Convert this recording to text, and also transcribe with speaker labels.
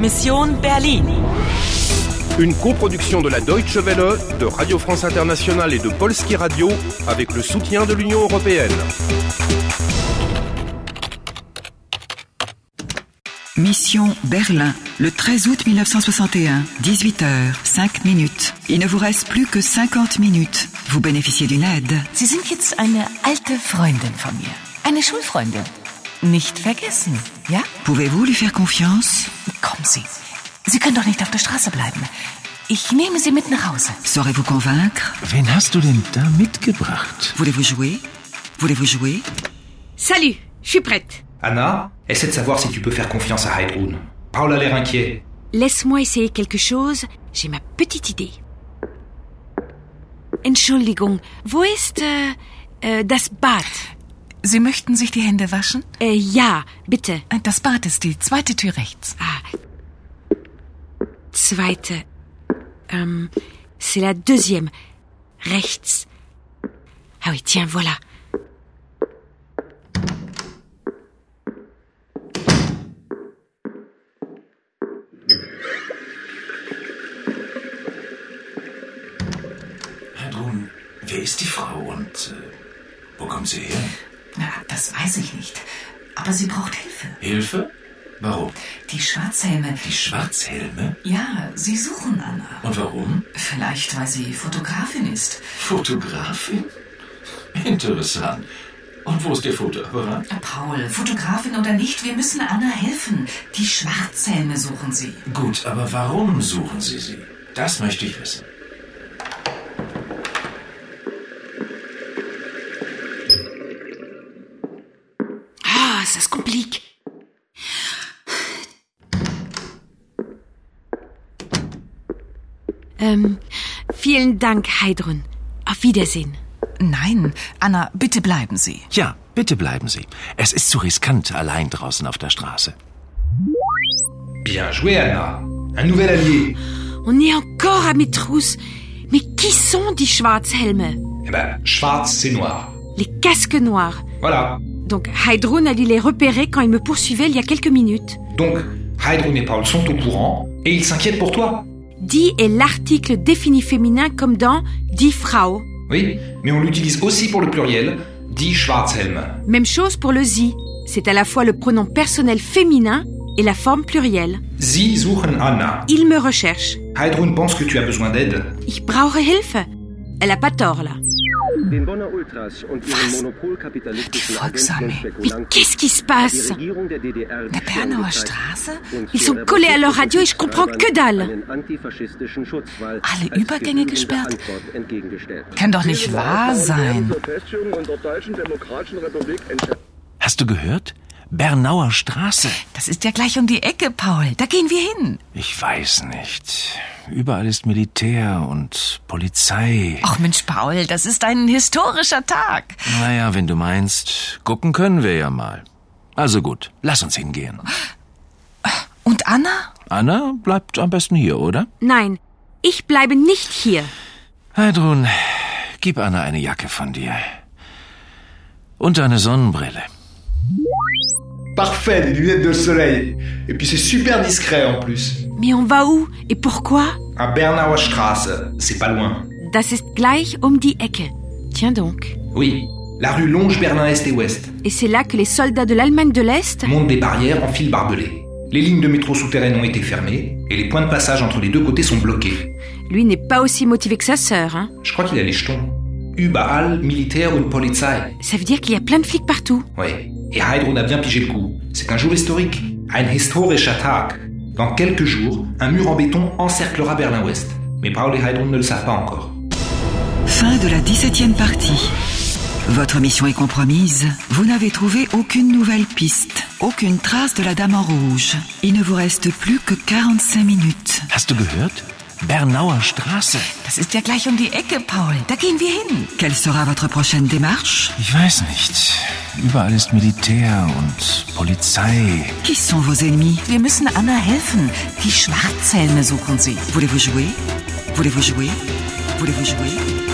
Speaker 1: Mission Berlin.
Speaker 2: Une coproduction de la Deutsche Welle, de Radio France Internationale et de Polski Radio avec le soutien de l'Union européenne.
Speaker 3: Mission Berlin, le 13 août 1961, 18h, 5 minutes. Il ne vous reste plus que 50 minutes. Vous bénéficiez d'une aide.
Speaker 4: Sie sind jetzt eine alte Freundin von mir. Eine Schulfreundin. Nicht vergessen, ja?
Speaker 3: Pouvez-vous lui faire confiance
Speaker 4: Kommen Sie. Sie können doch nicht auf der Straße bleiben. Ich nehme Sie mit nach Hause.
Speaker 3: Saurez-vous convaincre
Speaker 5: Wen hast du denn da mitgebracht?
Speaker 3: Voulez-vous jouer Voulez-vous jouer
Speaker 6: Salut, je suis prête.
Speaker 7: Anna, essaie de savoir si tu peux faire confiance à Heidrun. Paul a l'air inquiet.
Speaker 6: Laisse-moi essayer quelque chose. J'ai ma petite idée. Entschuldigung, wo ist äh, äh, das Bad?
Speaker 4: Sie möchten sich die Hände waschen?
Speaker 6: Äh, ja, bitte.
Speaker 4: Das Bad ist die zweite Tür rechts.
Speaker 6: Ah. Zweite. Ähm, c'est la deuxième. Rechts. Ah oui, tiens, voilà.
Speaker 5: Heidrun, wer ist die Frau und äh, wo kommt sie her?
Speaker 4: Na, das weiß ich nicht. Aber sie braucht Hilfe.
Speaker 5: Hilfe? Warum?
Speaker 4: Die Schwarzhelme.
Speaker 5: Die Schwarzhelme?
Speaker 4: Ja, sie suchen Anna.
Speaker 5: Und warum?
Speaker 4: Vielleicht, weil sie Fotografin ist.
Speaker 5: Fotografin? Interessant. Und wo ist der Fotoapparat?
Speaker 4: Paul, Fotografin oder nicht, wir müssen Anna helfen. Die Schwarzhelme suchen sie.
Speaker 5: Gut, aber warum suchen Sie sie? Das möchte ich wissen.
Speaker 6: Ah, ça se complique. Ähm, vielen Dank, Heidrun. Auf Wiedersehen.
Speaker 4: Nein, Anna, bitte bleiben Sie.
Speaker 5: Ja, bitte bleiben Sie. Es ist zu riskant, allein draußen auf der Straße.
Speaker 7: Bien joué, Anna. Un nouvel allié.
Speaker 6: On est encore à mes trousses. Mais qui sont die Schwarzhelme
Speaker 7: Eh ben, Schwarz, c'est noir.
Speaker 6: Les casques noirs.
Speaker 7: Voilà.
Speaker 6: Donc Heidrun a dû les repérer quand ils me poursuivaient il y a quelques minutes.
Speaker 7: Donc, Heidrun et Paul sont au courant et ils s'inquiètent pour toi.
Speaker 6: Die est l'article défini féminin comme dans die Frau.
Speaker 7: Oui, mais on l'utilise aussi pour le pluriel, dit Schwarzhelm.
Speaker 6: Même chose pour le sie. C'est à la fois le pronom personnel féminin et la forme plurielle.
Speaker 7: Sie suchen Anna.
Speaker 6: Il me recherche.
Speaker 7: Heidrun pense que tu as besoin d'aide.
Speaker 6: Ich brauche Hilfe. Elle a pas tort là.
Speaker 8: Den Bonner Ultras und ihren monopolkapitalistischen
Speaker 4: Die Volksarmee.
Speaker 8: Agenten und
Speaker 6: Mais
Speaker 8: Spekulanten
Speaker 6: qu'est-ce qui se
Speaker 8: die
Speaker 6: passe
Speaker 8: Regierung der DDR
Speaker 4: Der Bernauer Straße?
Speaker 8: und
Speaker 6: Ils
Speaker 8: zu
Speaker 6: sont collés à leur radio et je comprends que dalle.
Speaker 8: einen antifaschistischen Schutzwall
Speaker 4: Alle
Speaker 8: als
Speaker 4: Übergänge
Speaker 8: genügende
Speaker 4: gesperrt?
Speaker 8: Antwort entgegengestellt.
Speaker 4: Kann doch nicht wahr sein.
Speaker 5: Hast du gehört? Bernauer Straße.
Speaker 4: Das ist ja gleich um die Ecke, Paul. Da gehen wir hin.
Speaker 5: Ich weiß nicht. Überall ist Militär und Polizei.
Speaker 4: Ach Mensch, Paul, das ist ein historischer Tag.
Speaker 5: Naja, wenn du meinst, gucken können wir ja mal. Also gut, lass uns hingehen.
Speaker 4: Und Anna?
Speaker 5: Anna bleibt am besten hier, oder?
Speaker 6: Nein, ich bleibe nicht hier.
Speaker 5: Heidrun, gib Anna eine Jacke von dir. Und eine Sonnenbrille.
Speaker 7: Parfait, des lunettes de soleil. Et puis c'est super discret en plus.
Speaker 6: Mais on va où et pourquoi
Speaker 7: À Bernauer Straße, c'est pas loin.
Speaker 6: Das ist gleich um die Ecke. Tiens donc.
Speaker 7: Oui, la rue longe Berlin Est et Ouest,
Speaker 6: Et c'est là que les soldats de l'Allemagne de l'Est
Speaker 7: monte des barrières en fil barbelé. Les lignes de métro souterraines ont été fermées et les points de passage entre les deux côtés sont bloqués.
Speaker 6: Lui n'est pas aussi motivé que sa sœur, hein.
Speaker 7: Je crois qu'il a les jetons. Überall Militär und Polizei.
Speaker 6: Ça veut dire qu'il y a plein de flics partout.
Speaker 7: Ouais. Et Heidrun a bien pigé le coup. C'est un jour historique. Ein historischer Tag. Dans quelques jours, un mur en béton encerclera Berlin-Ouest. Mais Paul et Heidrun ne le savent pas encore.
Speaker 3: Fin de la 17e partie. Votre mission est compromise. Vous n'avez trouvé aucune nouvelle piste, aucune trace de la dame en rouge. Il ne vous reste plus que 45 minutes.
Speaker 5: Hast du gehört? Bernauer Straße.
Speaker 4: Das ist ja gleich um die Ecke, Paul. Da gehen wir hin.
Speaker 3: Quelle sera votre prochaine démarche
Speaker 5: Ich weiß nicht. Überall ist Militär und Polizei.
Speaker 3: Qui sont vos ennemis
Speaker 4: Wir müssen Anna helfen. Die Schwarzhelme suchen sie.
Speaker 3: Voulez-vous jouer Voulez-vous jouer Voulez-vous jouer